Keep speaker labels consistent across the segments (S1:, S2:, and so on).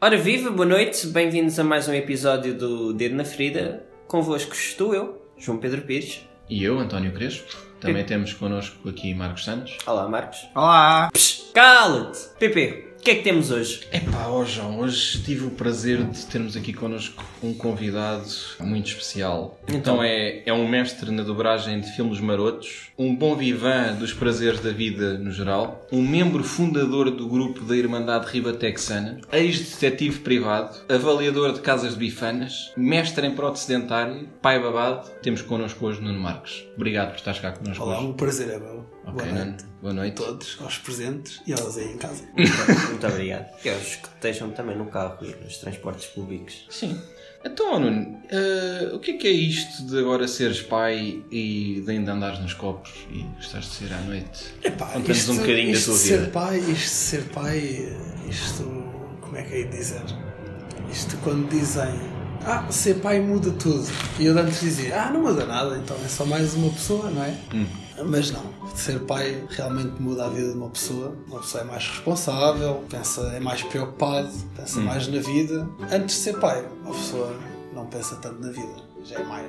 S1: Ora viva, boa noite, bem-vindos a mais um episódio do Dedo na Ferida. Convosco estou eu, João Pedro Pires.
S2: E eu, António Crespo. Também temos connosco aqui Marcos Santos.
S1: Olá, Marcos.
S3: Olá!
S1: Psh, cala-te! Pepe, o que é que temos hoje?
S2: Epá, ó João, hoje tive o prazer de termos aqui connosco um convidado muito especial. Então, é, é um mestre na dobragem de filmes marotos, um bom vivan dos prazeres da vida no geral, um membro fundador do grupo da Irmandade Riba Texana, ex-detetive privado, avaliador de casas de bifanas, mestre em prótese dentária, pai babado. Temos connosco hoje Nuno Marcos. Obrigado por estares cá connosco
S3: Olá,
S2: hoje.
S3: o prazer é meu.
S2: Ok,
S3: Boa
S2: Nuno.
S3: noite
S2: Boa
S3: a
S2: noite.
S3: todos, aos presentes e aos aí em casa.
S1: Muito obrigado. Que é os que estejam também no carro e nos transportes públicos.
S2: Sim. Então, Nuno, eh, o que é que é isto de agora seres pai e de ainda andares nos copos e gostares de ser à noite?
S3: Epá,
S2: Conta-nos um bocadinho da
S3: isto
S2: tua
S3: de
S2: vida.
S3: Ser pai, isto de ser pai, isto. Como é que é de dizer? Isto quando dizem. Ah, ser pai muda tudo. E eu de antes dizia, ah, não muda nada, então é só mais uma pessoa, não é?
S2: Hum.
S3: Mas não, ser pai realmente muda a vida de uma pessoa. Uma pessoa é mais responsável, pensa, é mais preocupado,
S2: Hum.
S3: pensa mais na vida. Antes de ser pai, uma pessoa não pensa tanto na vida, já é mais,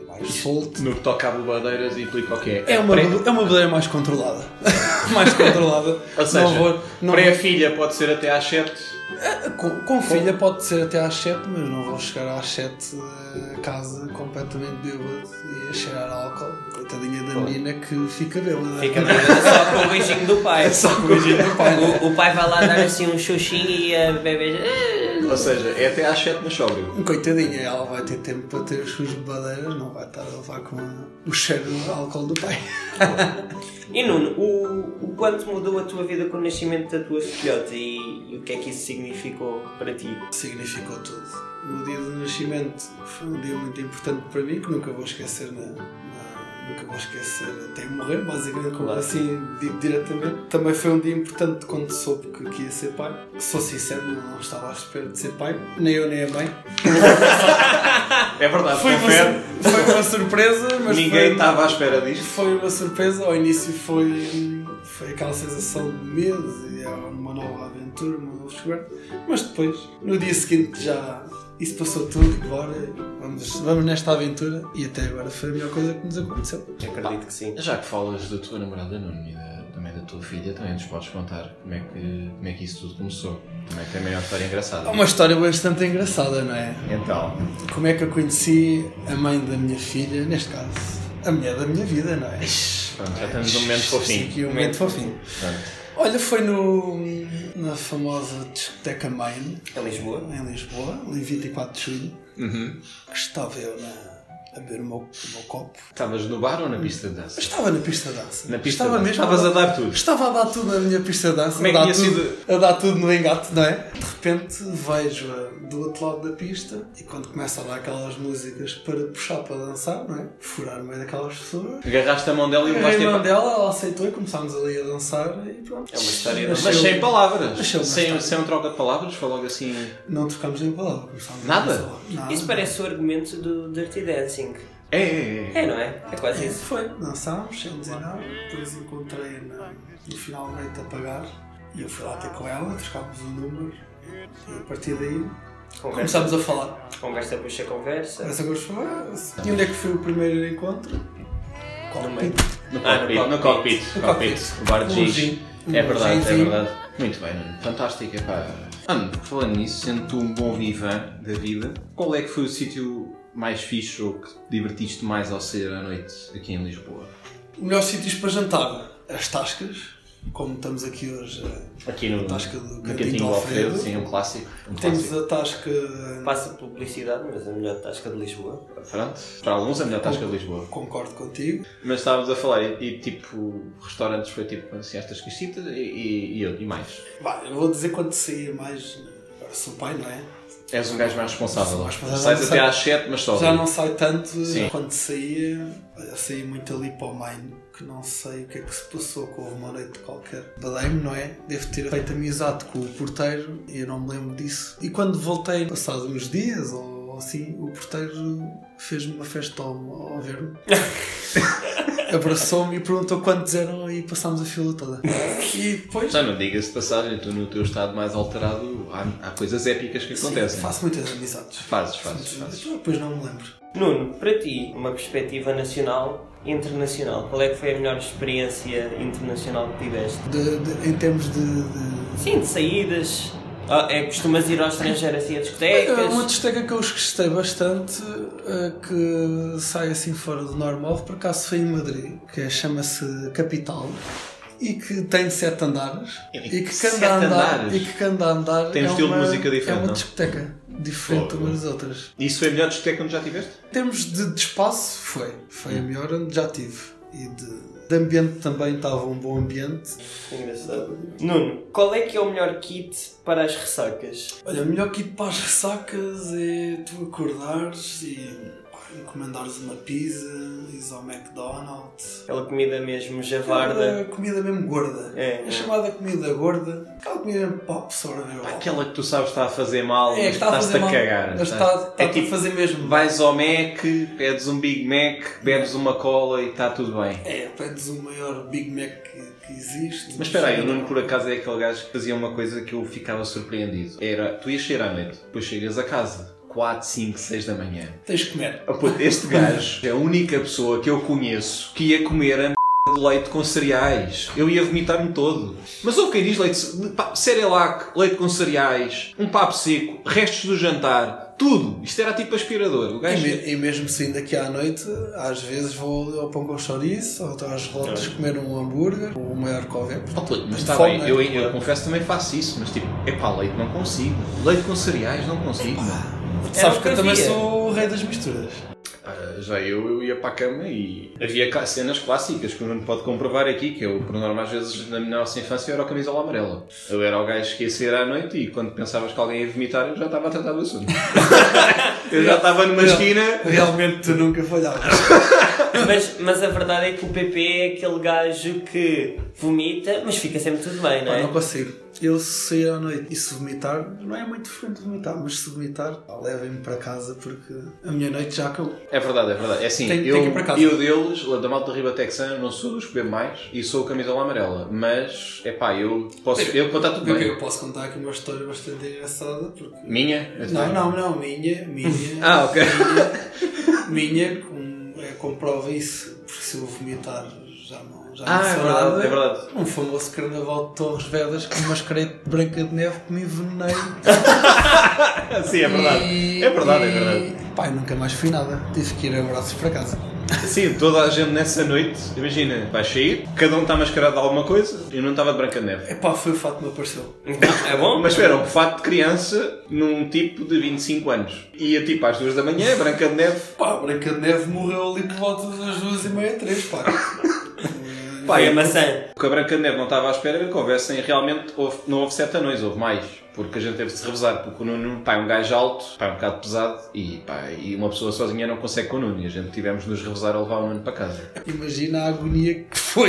S3: é mais solto.
S2: No que toca a bobadeiras e implica o quê?
S3: É uma, é uma bodeira mais controlada. mais controlada.
S2: Ou seja,
S3: não vou, não vou-
S2: filha pode ser até às 7.
S3: com, com filha pode ser até às 7, mas não vou chegar às 7 a casa completamente bêbado e a cheirar álcool. Coitadinha da menina que fica bêbada.
S1: Fica bem, É só com o beijinho do pai.
S3: Só com o beijinho do pai.
S1: O, o pai vai lá dar assim um xoxinho e a bebê.
S2: Ou seja, é até às 7 mas sóbrio.
S3: Coitadinha, ela vai ter tempo para ter as suas bebadeiras, não vai estar a levar com a- o cheiro de álcool do pai.
S1: E Nuno, o, o quanto mudou a tua vida com o nascimento da tua filhote e, e o que é que isso significou para ti?
S3: significou tudo. O dia do nascimento foi um dia muito importante para mim, que nunca vou esquecer, na, na- nunca vou esquecer até morrer, basicamente, como
S1: Claro.
S3: assim, dito diretamente. Também foi um dia importante quando soube que, que ia ser pai. Sou sincero, não, não estava à espera de ser pai, nem eu nem a mãe.
S2: É verdade,
S3: Foi uma,
S2: confere.
S3: sur- foi uma surpresa, mas
S2: Ninguém
S3: foi,
S2: estava à espera disto.
S3: foi uma surpresa. Ao início foi, foi aquela sensação de medo e é uma nova aventura, uma nova descoberta. Mas depois, no dia seguinte, já isso passou tudo. Bora, vamos, vamos nesta aventura. E até agora foi a melhor coisa que nos aconteceu.
S1: Acredito que sim.
S2: Já que falas da tua namorada, Nuno, e da- também da tua filha, também nos podes contar como é que, como é que isso tudo começou. Também tem a melhor história engraçada.
S3: É uma história bastante engraçada, não é?
S2: Então,
S3: Como é que eu conheci a mãe da minha filha, neste caso, a mulher da minha vida, não é?
S2: pronto, já estamos num momento fofinho.
S3: Aqui um momento fofinho.
S2: Pronto.
S3: Olha, foi no, na famosa discoteca Main,
S1: A Lisboa?
S3: em É Lisboa, ali 24 de julho,
S2: Uhum.
S3: que estava eu na- a beber o meu, o meu copo.
S2: Estavas no bar ou na pista de dança?
S3: Estava na pista de dança.
S2: Na pista
S3: estava
S2: de dança.
S3: mesmo
S2: Estavas
S3: a-
S2: a dar tudo.
S3: Estava a dar tudo na minha pista de dança,
S2: Como é que
S3: a, dar
S2: tinha
S3: tudo, a dar tudo no engate, não é? De repente vejo-a do outro lado da pista e quando começa a dar aquelas músicas para puxar para dançar, não é? Furar no meio daquelas pessoas.
S2: Agarraste a mão dela e
S3: A
S2: levaste tipo,
S3: irmã
S2: a
S3: dela, ela aceitou e começámos ali a dançar e pronto.
S1: É uma história de-
S3: Mas
S2: Mas
S3: eu-
S2: sem palavras.
S3: Mas eu-
S2: Sem, sem um troca de palavras, foi logo assim.
S3: Não trocámos nem palavra. começámos a
S2: Nada?
S3: dançar. Nada.
S1: Isso parece o argumento do Dirty Dancing.
S2: É, é,
S1: É, não é? É quase isso.
S3: Foi, dançámos, sem dizer nada. Depois encontrei na, no final da noite a pagar e eu fui lá ter com ela, trocámos o número e a partir daí
S1: Conversa,
S3: começámos a falar.
S1: conversa puxa conversa.
S3: Essa gosto foi. E onde é que foi o primeiro encontro? Qual
S1: No
S3: o
S1: meio.
S2: No
S1: Ah,
S2: cockpit.
S1: no
S2: no
S1: cockpit.
S2: cockpit.
S3: No
S2: cockpit.
S3: cockpit.
S2: O bar
S3: Um
S2: de giz.
S3: gin.
S2: É
S3: Um
S2: verdade, é
S3: ginzinho.
S2: verdade. Muito bem, Nuno. Fantástico, é pá. Nuno, falando nisso, sendo tu um bom vivan da vida, qual é que foi o sítio mais fixe ou que te divertiste mais ao ser à noite aqui em Lisboa?
S3: melhor sítios para jantar? As Tascas, como estamos aqui hoje. eh,
S2: Aqui no,
S3: Tasca do
S2: no
S3: Cantinho do
S2: Cantinho do Alfredo,
S3: Alfredo.
S2: sim, um clássico. Um
S3: Temos
S2: clássico.
S3: a Tasca. eh,
S1: Passa publicidade, mas a melhor tasca de Lisboa.
S2: Pronto. Para alguns, a melhor tasca de Lisboa.
S3: Concordo contigo.
S2: Mas estávamos a falar, e, e, tipo, restaurantes foi tipo assim, estas casitas e, e, e, eu- e mais.
S3: Bah, eu vou dizer quando saía mais. Agora sou pai, não é?
S2: És um gajo mais responsável.
S3: Mais responsável,
S2: Sais
S3: não
S2: até
S3: sei.
S2: às 7, mas só.
S3: Já não sai tanto
S2: Sim.
S3: quando saía. Olha, saí muito ali para o Maine, que não sei o que é que se passou, que houve uma noite qualquer. Badei-me, não é? Devo ter feito amizade com o porteiro e eu não me lembro disso. E quando voltei, passados uns dias ou assim, o porteiro fez-me uma festa ao, ao ver-me. abraçou-me e perguntou quantos eram e passámos a fila toda. E depois.
S2: Só não diga-se de passagem, tu no teu estado mais alterado há, há coisas épicas que acontecem.
S3: Faço muitas amizades.
S2: é? Fazes, fazes, fazes.
S3: Então, Depois não me lembro.
S1: Nuno, para ti, uma perspectiva nacional e internacional, qual é que foi a melhor experiência internacional que tiveste?
S3: De- de- em termos de. de-
S1: Sim, de saídas. Ah, é, costumas ir ao estrangeiro assim a
S3: Ah,
S1: discotecas?
S3: Uma destaca que eu gostei bastante, ah, que sai assim fora do normal, por acaso foi em Madrid, que é, chama-se Capital. E que tem sete andares.
S2: E-
S3: E que
S2: sete
S3: cada andar,
S2: andares?
S3: e que cada andar
S2: Tem um
S3: é
S2: estilo de
S3: uma,
S2: música diferente,
S3: É uma
S2: não?
S3: discoteca diferente
S2: Fogo.
S3: umas das outras.
S2: Isso foi a melhor discoteca onde já tiveste?
S3: Em termos de, de espaço, foi. Foi
S2: Hum.
S3: a melhor onde já tive. E de, de ambiente também estava um bom ambiente.
S1: Engraçado. Nuno, qual é que é o melhor kit para as ressacas?
S3: Olha, o melhor que ir para as ressacas é tu acordares e pá, encomendares uma pizza, ires ao McDonald's.
S1: Aquela comida mesmo
S3: Aquela
S1: javarda.
S3: comida mesmo gorda.
S1: É, é.
S3: chamada comida gorda. Aquela comida mesmo para a pessoa ver lá.
S2: Aquela que tu sabes que está a fazer mal,
S3: É,
S2: mas
S3: que está a fazer
S2: estás-te a
S3: mal,
S2: cagar.
S3: mas
S2: estás-
S3: está- está-te
S2: é
S3: a
S2: tipo,
S3: fazer mesmo.
S2: Vais ao Mac, pedes um Big Mac, bebes uma cola e está tudo bem.
S3: É, pedes o maior Big Mac que, que existe.
S2: Mas espera aí, o Nuno por acaso é aquele gajo que fazia uma coisa que eu ficava surpreendido. Era, tu ias sair à noite, depois chegas a casa, 4, 5, 6 da manhã.
S3: Tens de comer.
S2: Oh, puto, Este gajo é a única pessoa que eu conheço que ia comer a merda de leite com cereais. Eu ia vomitar-me todo. Mas houve quem diz leite. pá, Cerelac, leite com cereais, um papo seco, restos do jantar, tudo. Isto era tipo aspirador. O
S3: E,
S2: gajo.
S3: me- e É mesmo saindo aqui à noite, às vezes vou ao pão com chouriço, ou estou às rotas comer um hambúrguer, ou o maior que houver.
S2: Oh, puto, mas
S3: Tenho
S2: está
S3: fome,
S2: bem,
S3: não é?
S2: eu, eu confesso também faço isso, mas tipo, epá, leite não consigo. Leite com cereais não consigo.
S3: Sabes que eu
S1: o
S3: também
S1: havia.
S3: sou o rei das misturas.
S2: Ah, já eu, eu ia para a cama e havia cá cenas clássicas que o Nuno pode comprovar aqui, que eu, por norma, às vezes na minha nossa infância eu era o camisola amarela. Eu era o gajo que ia sair à noite e quando pensavas que alguém ia vomitar eu já estava a tratar do assunto. eu já estava numa esquina.
S3: Realmente tu nunca falhavas.
S1: Mas, mas a verdade é que o PP é aquele gajo que vomita, mas fica sempre tudo bem, não
S3: Pá,
S1: é?
S3: não consigo. Eu se sair à noite e se vomitar, não é muito frequente vomitar, mas se vomitar, pá, levem-me para casa porque a minha noite já acabou.
S2: É verdade, é verdade. É assim,
S3: Tenho-
S2: eu,
S3: tenho que ir para casa.
S2: eu deles, lá da malta riba texana, não sou dos que bebo mais e sou o camisola amarela. Mas, é pá, eu posso. Eu, quando está tudo
S3: Ok,
S2: bem.
S3: é eu posso contar aqui uma história bastante engraçada porque.
S2: Minha? Eu
S3: Não,
S2: também.
S3: não, não, minha, minha.
S2: Ah, ok.
S3: Minha, com, é, comprova isso, porque se eu vomitar já não, já
S2: Ah,
S3: não
S2: é
S3: sou
S2: verdade,
S3: nada.
S2: é verdade.
S3: Um famoso carnaval de Torres Vedas com uma mascarete de branca de neve que me envenenei.
S2: Sim, é verdade. É verdade, é verdade.
S3: Pai, nunca mais fui nada. Tive que ir a braços para casa.
S2: Sim, toda a gente nessa noite, imagina, vais sair, cada um está mascarado de alguma coisa, eu não estava de branca de neve.
S3: Epá, foi o fato que me apareceu.
S1: É bom?
S2: Mas espera, um fato de criança num tipo de 25 anos. Ia tipo às 2 da manhã, branca de neve.
S3: Pá, a branca de neve morreu ali por volta das duas e meia, três, pá.
S1: Pá, e a maçã.
S2: O que a Branca de Neve não estava à espera era que houvessem realmente, houve- não houve sete anões, houve mais. Porque a gente teve de se revezar, porque o Nuno pá, é um gajo alto, pá, é um bocado pesado e, pá, e uma pessoa sozinha não consegue com o Nuno. E a gente tivemos de nos revezar a levar o Nuno para casa.
S3: Imagina a agonia que foi,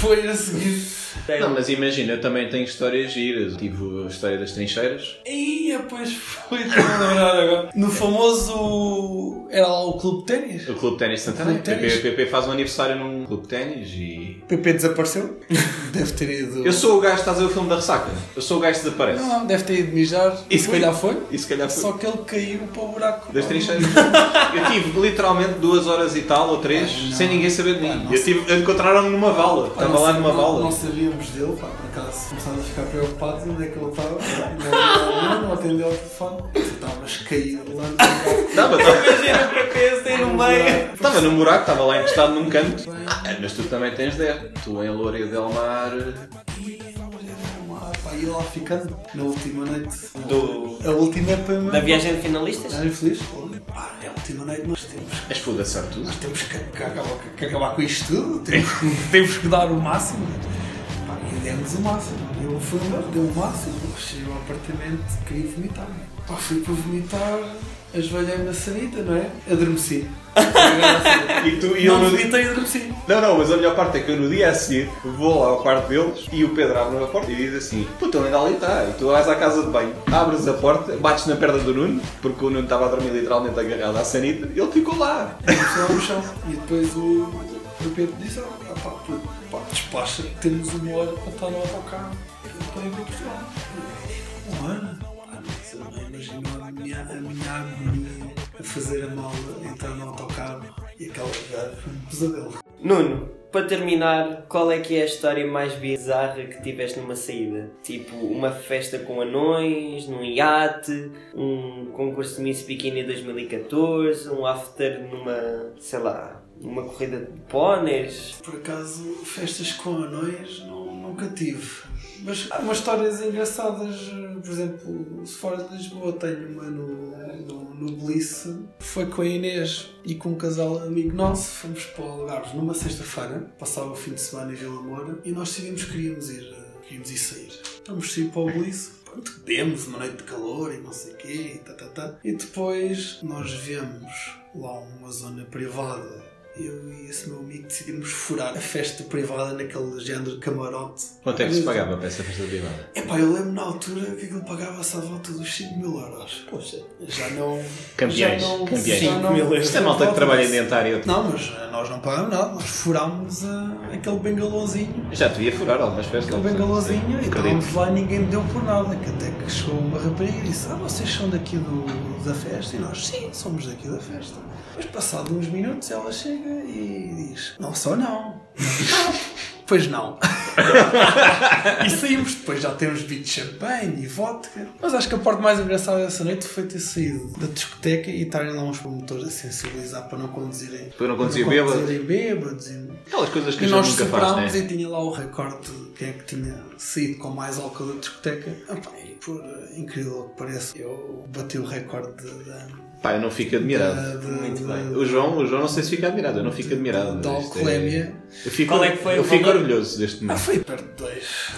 S3: foi a seguir.
S2: Não, mas imagina, eu também tenho histórias giras. Tive a história das trincheiras,
S3: E depois foi de lembrar agora. No famoso. Era lá o clube de ténis?
S2: O Clube de Ténis de Santana.
S3: Clube de ténis.
S2: O PP faz um aniversário num Clube de Ténis e.
S3: PP desapareceu? Deve ter ido.
S2: Eu sou o gajo que estás a ver o filme da ressaca. Eu sou o gajo que desaparece.
S3: Não, não, deve ter ido mijar.
S2: E
S3: E
S2: se
S3: se calhar foi.
S2: E se calhar foi.
S3: Só que ele caiu para o buraco.
S2: Das trincheiras. Eu tive literalmente duas horas e tal, ou três,
S3: Ai, não.
S2: sem ninguém saber de
S3: Ai,
S2: mim.
S3: não
S2: Eu tive. Encontraram-me numa vala.
S3: Pá,
S2: Estava lá
S3: não-
S2: numa
S3: não- Não
S2: vala.
S3: sabíamos dele, pá, por acaso começámos a ficar preocupados onde é que ele estava. Não, não atendeu ao telefone. Tu Estavas caído lá no buraco.
S2: Estava, estava.
S1: Imagina o PP assim no meio.
S2: Estava num buraco, estava lá encostado num canto. Ah, mas tu também tens 10. Tu em Louria del
S3: E a
S2: Mar.
S3: mulher era uma- pá, E lá ficando na última noite.
S1: Do-
S3: A última é para mim.
S1: Da viagem de finalistas?
S3: Estás infeliz? é Pá, é a última noite, nós temos
S2: És foda-se a tudo.
S3: Nós temos que que acabar, que acabar com isto tudo, temos, temos que dar o máximo. Pá, e demos o máximo. Eu fui lá, deu o máximo. Cheguei ao apartamento, queria vomitar. Pá, fui para vomitar, ajoelhei na sanita, não é? Adormeci.
S2: E tu e eu
S3: não
S2: no dia-
S3: vomitei, adormeci.
S2: Não, não, mas a melhor parte é que eu no dia a seguir vou lá ao quarto deles e o Pedro abre a porta e diz assim: Puta, ele ainda ali está. E tu vais à casa de banho, abres a porta, bates na perna do Nuno, porque o Nuno estava a dormir literalmente agarrado à sanita, e ele ficou lá.
S3: Adormeci lá no chão. E depois o. De repente diz, ah, ah, pá, tu, pá, despacha, temos uma hora para estar no autocarro para ir para Portugal. Uma hora? Ah, mas eu não imagino a minha, a minha agonia a fazer a mala, entrar no autocarro e aquela já foi um pesadelo.
S1: Nuno, para terminar, qual é que é a história mais bizarra que tiveste numa saída? Tipo, uma festa com anões, num iate, um concurso de Miss Bikini 2014, um after numa, sei lá, numa corrida de póneis.
S3: Por acaso, festas com anões não, nunca tive. Mas há umas histórias engraçadas, eh, por exemplo, se fora de Lisboa tenho uma no, no, no Belice. Foi com a Inês e com um casal amigo nosso, fomos para o Algarve numa sexta-feira, passava o fim de semana em Vila Moura e nós decidimos que queríamos ir, eh, queríamos ir sair. Vamos sair para o Belice, pronto, demos uma noite de calor e não sei o quê, e tá, tá, tá. E depois nós vemos lá uma zona privada eu e esse meu amigo decidimos furar a festa privada naquele género de camarote.
S2: Quanto é que se pagava para essa festa privada?
S3: Epá, eu lembro na altura que ele pagava essa volta dos 5 mil euros. Poxa, já não.
S2: Campeões,
S3: já não,
S2: campeões.
S3: já não-
S1: 5 mil euros.
S2: Isto é malta que trabalha em
S3: Mas-
S2: dentário.
S3: Não, mas eh, nós não pagámos nada, nós furámos eh, aquele bengalãozinho.
S2: Já devia furar algumas festas.
S3: Aquele bengalãozinho e estávamos lá e ninguém deu por nada. Que até que chegou uma rapariga e disse: Ah, vocês são daqui do- da festa? E nós, sim, somos daqui da festa. Mas passado uns minutos ela chega e diz: Não sou não. pois não. e saímos depois, já temos bebido champanhe e vodka. Mas acho que a parte mais engraçada dessa noite foi ter saído da discoteca e estarem lá uns promotores a sensibilizar para não conduzirem.
S2: Para não conduzir
S3: conduzirem bêbados e
S2: Aquelas coisas que
S3: que
S2: a gente
S3: nós
S2: nunca faz,
S3: superámos
S2: né?
S3: e tinha lá o recorde de quem é que tinha saído com mais álcool da discoteca. Epá, e por eh, incrível que pareça, eu bati o recorde da.
S2: Pá, eu não fico admirado.
S1: Muito bem.
S2: O João, o João não sei se fica admirado, eu não fico admirado.
S3: Da
S2: Isto é-
S3: alcoolemia.
S2: Eu fico,
S1: Qual é que foi
S2: eu
S1: o
S2: fico
S1: valor?
S2: orgulhoso deste
S3: Ah,
S2: momento.
S3: foi perto de dois.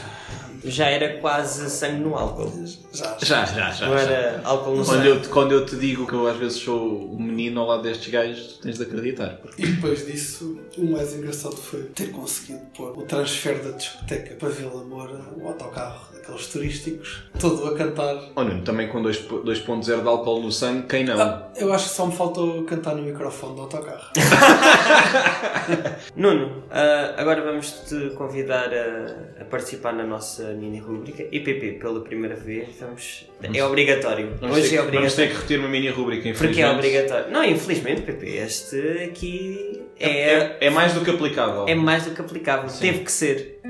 S1: Já era quase sangue no álcool.
S3: Já,
S2: Já, já, já.
S1: Não
S2: Ah, já.
S1: era álcool no
S2: Quando
S1: sangue.
S2: eu, te, quando eu te digo que eu às vezes sou um menino ao lado destes gajos, tens de acreditar.
S3: E depois disso, o mais engraçado foi ter conseguido pôr o transfer da discoteca para Vila Moura, o autocarro daqueles turísticos, todo a cantar.
S2: Oh, Nuno, também com dois po- 2.0 de álcool no sangue, quem não?
S3: Ah, eu acho que só me faltou cantar no microfone do autocarro.
S1: Nuno, ah, agora vamos te convidar a, a participar na nossa mini rubrica EPP pela primeira vez. Vamos, é obrigatório.
S2: Vamos ter
S1: Hoje
S2: que-
S1: é
S2: Vamos ter que
S1: obrigatório.
S2: repetir uma mini rubrica, infelizmente.
S1: Porque é obrigatório. Não, infelizmente, PP, este aqui é,
S2: É, é mais do que aplicável.
S1: é mais do que aplicável. Teve que ser.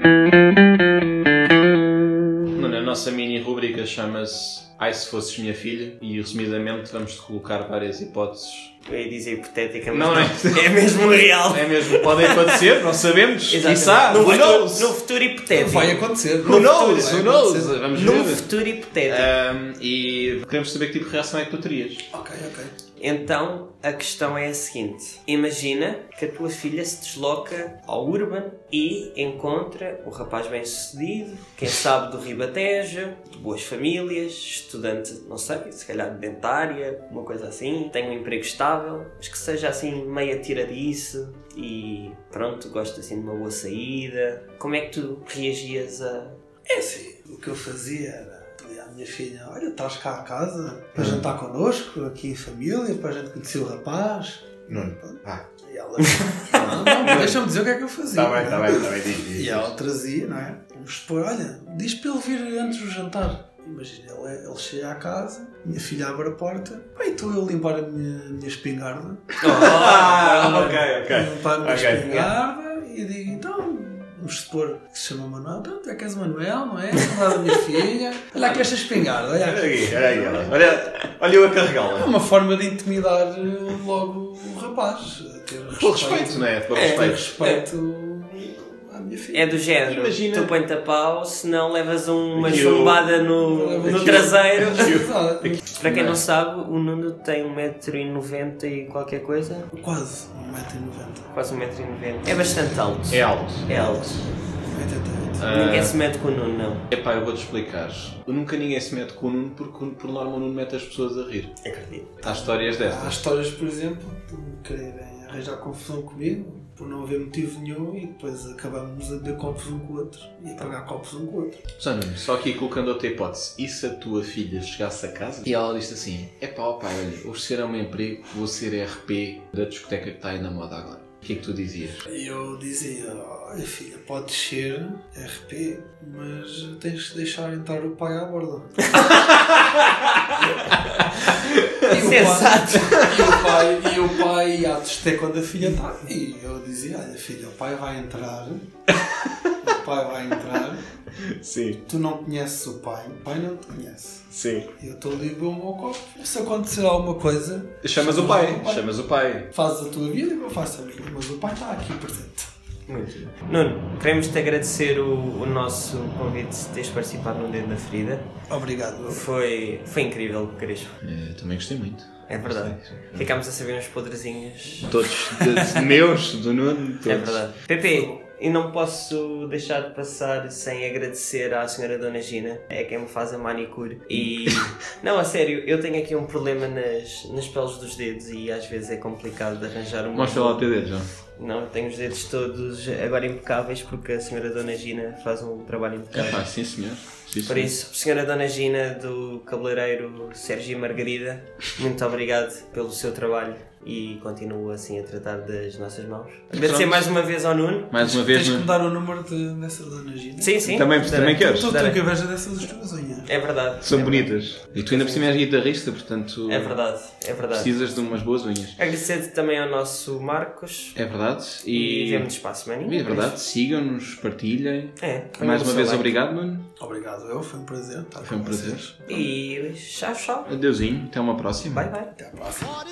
S2: Nuno, a nossa mini rubrica chama-se Ai se fosses minha filha e resumidamente vamos te colocar várias hipóteses.
S1: Eu ia dizer hipotética, mas
S2: Não,
S1: não,
S2: não
S1: é. mesmo real.
S2: É mesmo, podem acontecer, não sabemos.
S1: Exatamente.
S2: Quiçá,
S1: no,
S2: who knows?
S1: futuro, no futuro hipotético.
S3: Vai acontecer.
S2: Who knows?
S3: Vai
S2: Who knows?
S3: acontecer.
S2: Vamos
S1: Num
S2: ver.
S1: futuro hipotético.
S2: Ahm, e queremos saber que tipo de reação é que tu terias.
S3: Ok, ok.
S1: Então, a questão é a seguinte: imagina que a tua filha se desloca ao Urban e encontra um rapaz bem-sucedido, quem sabe do Ribatejo, de boas famílias, estudante, não sei, se calhar de dentária, uma coisa assim, tem um emprego estável, mas que seja assim meio atiradiço e pronto, gosta assim de uma boa saída. Como é que tu reagias a.
S3: É assim, o que eu fazia era pedir à minha filha, olha, estás cá a casa
S2: Hum.
S3: para jantar connosco, aqui em família, para a gente conhecer o rapaz.
S2: Nuno. Ah,
S3: E ela, não, não, mas deixa-me dizer o que é que eu fazia. não é?
S2: tá bem, diz, diz.
S3: E ela trazia, não é? Vamos supor, olha, diz para ele vir antes do jantar. Imagina, ele, ele chega à casa, minha filha abre a porta, bem, estou eu a limpar a minha, minha espingarda.
S2: Ah, ok, ok.
S3: Limpar a minha
S2: Ok.
S3: um espingarda e digo, então... Vamos supor que se chama Manuel, então, tu é que és o Manuel, não é? Chamada minha filha. Olha aqui esta espingarda, olha aqui.
S2: aqui, olha aí ela. Olha, olha eu a
S3: É
S2: carregá-la.
S3: uma forma de intimidar eh, logo o rapaz. eh, Ter
S2: Por respeito, não é? Por
S3: Ter
S2: respeito.
S3: respeito à minha filha.
S1: É do género,
S2: Imagina-
S1: tu põe-te a pau, se não levas um, uma
S2: Aquilo-
S1: chumbada no,
S2: um
S3: Aquilo-
S1: no
S3: um-
S1: traseiro.
S3: Exato.
S1: Para quem não sabe, o Nuno tem 1,90m e qualquer coisa.
S3: Quase 1,90m.
S1: Quase 1,90m. É bastante alto.
S2: É alto.
S1: É alto.
S3: 1,88m.
S2: Ah.
S1: Ninguém se mete com o Nuno, não.
S2: Epá, eu vou-te explicar. Nunca ninguém se mete com o Nuno porque, por norma, o Nuno mete as pessoas a rir.
S1: Acredito.
S2: Há histórias
S3: Há
S2: dessas.
S3: histórias, por exemplo, de me quererem arranjar confusão comigo por não haver motivo nenhum e depois acabamos a beber copos um com o outro e a pagar copos um com o outro.
S2: Só, Nuno, só aqui colocando outra hipótese. E se a tua filha chegasse a casa e ela disse assim: Epá, ó pai, olha, ofereceram-me um emprego, vou ser RP da discoteca que está aí na moda agora. O que é que tu dizias?
S3: E eu dizia: Olha, filha, podes ser RP, mas tens de deixar entrar o pai à borda. E o
S1: Sensato.
S3: pai- E o pai, e o pai ia até quando a filha está. E eu dizia: Olha, filha, o pai vai entrar. O pai vai entrar.
S2: Sim,
S3: Tu não conheces o pai, o pai não te conhece.
S2: sim.
S3: Eu estou ali a beber o meu copo. Se acontecer alguma coisa,
S2: Chamas o pai, chamas o pai.
S3: fazes a tua vida e eu faço a minha. Mas o pai está aqui presente.
S1: Muito bem. Nuno, queremos te agradecer o, o nosso convite de teres participado no Dedo na Ferida.
S3: Obrigado.
S1: Foi, foi incrível o que queres.
S2: É, também gostei muito.
S1: É verdade.
S2: Gostei, sim.
S1: Ficámos a saber uns podrezinhos.
S2: Todos de- de meus, do Nuno, todos.
S1: É verdade. Pepe, e não posso deixar de passar sem agradecer à senhora Dona Gina, é quem me faz a manicure. E. não, a sério, eu tenho aqui um problema nas, nas peles dos dedos e às vezes é complicado de arranjar uma.
S2: Mostra lá o teu dedo, João.
S1: Não, tenho os dedos todos agora impecáveis porque a senhora Dona Gina faz um trabalho
S2: É
S1: impecável.
S2: pá, sim senhor. Sim,
S1: Por
S2: senhor.
S1: isso, senhora Dona Gina do cabeleireiro Sérgio e Margarida, muito obrigado pelo seu trabalho e continuo assim a tratar das nossas mãos. Agradecer
S2: Pronto.
S1: mais uma vez ao Nuno.
S2: Mais uma vez,
S3: Tens
S2: né?
S3: que me
S2: Nuno.
S3: dar o número de, né? Então, dessa dona Gina.
S1: Sim, sim.
S2: Também- também queres?
S3: Estou
S1: Darei.
S3: com a veja dessas duas unhas.
S1: É verdade.
S2: São bonitas. E tu ainda por cima és guitarrista, portanto
S1: É verdade, é verdade.
S2: precisas de umas boas unhas.
S1: Agradecer também ao nosso Marcos
S2: É verdade.
S1: e,
S2: E,
S1: vemos-nos para a semaninha.
S2: é verdade, sigam-nos, partilhem.
S1: É, põe
S2: Mais
S1: o
S2: uma
S1: seu
S2: vez
S1: like.
S2: obrigado, Nuno.
S3: Obrigado, eu. Foi um prazer. estar
S2: Foi um
S3: com vocês.
S2: prazer.
S1: E tchau, tchau.
S2: Adeusinho, até uma próxima.
S1: Bye, bye.
S3: Até à próxima.
S4: What